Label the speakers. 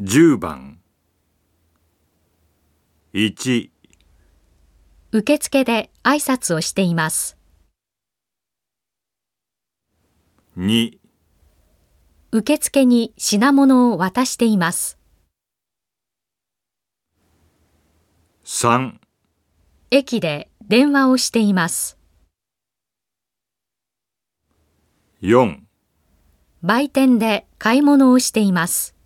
Speaker 1: 10番1
Speaker 2: 受付で挨拶をしています。
Speaker 1: 2
Speaker 2: 受付に品物を渡しています。
Speaker 1: 3
Speaker 2: 駅で電話をしています。
Speaker 1: 4
Speaker 2: 売店で買い物をしています。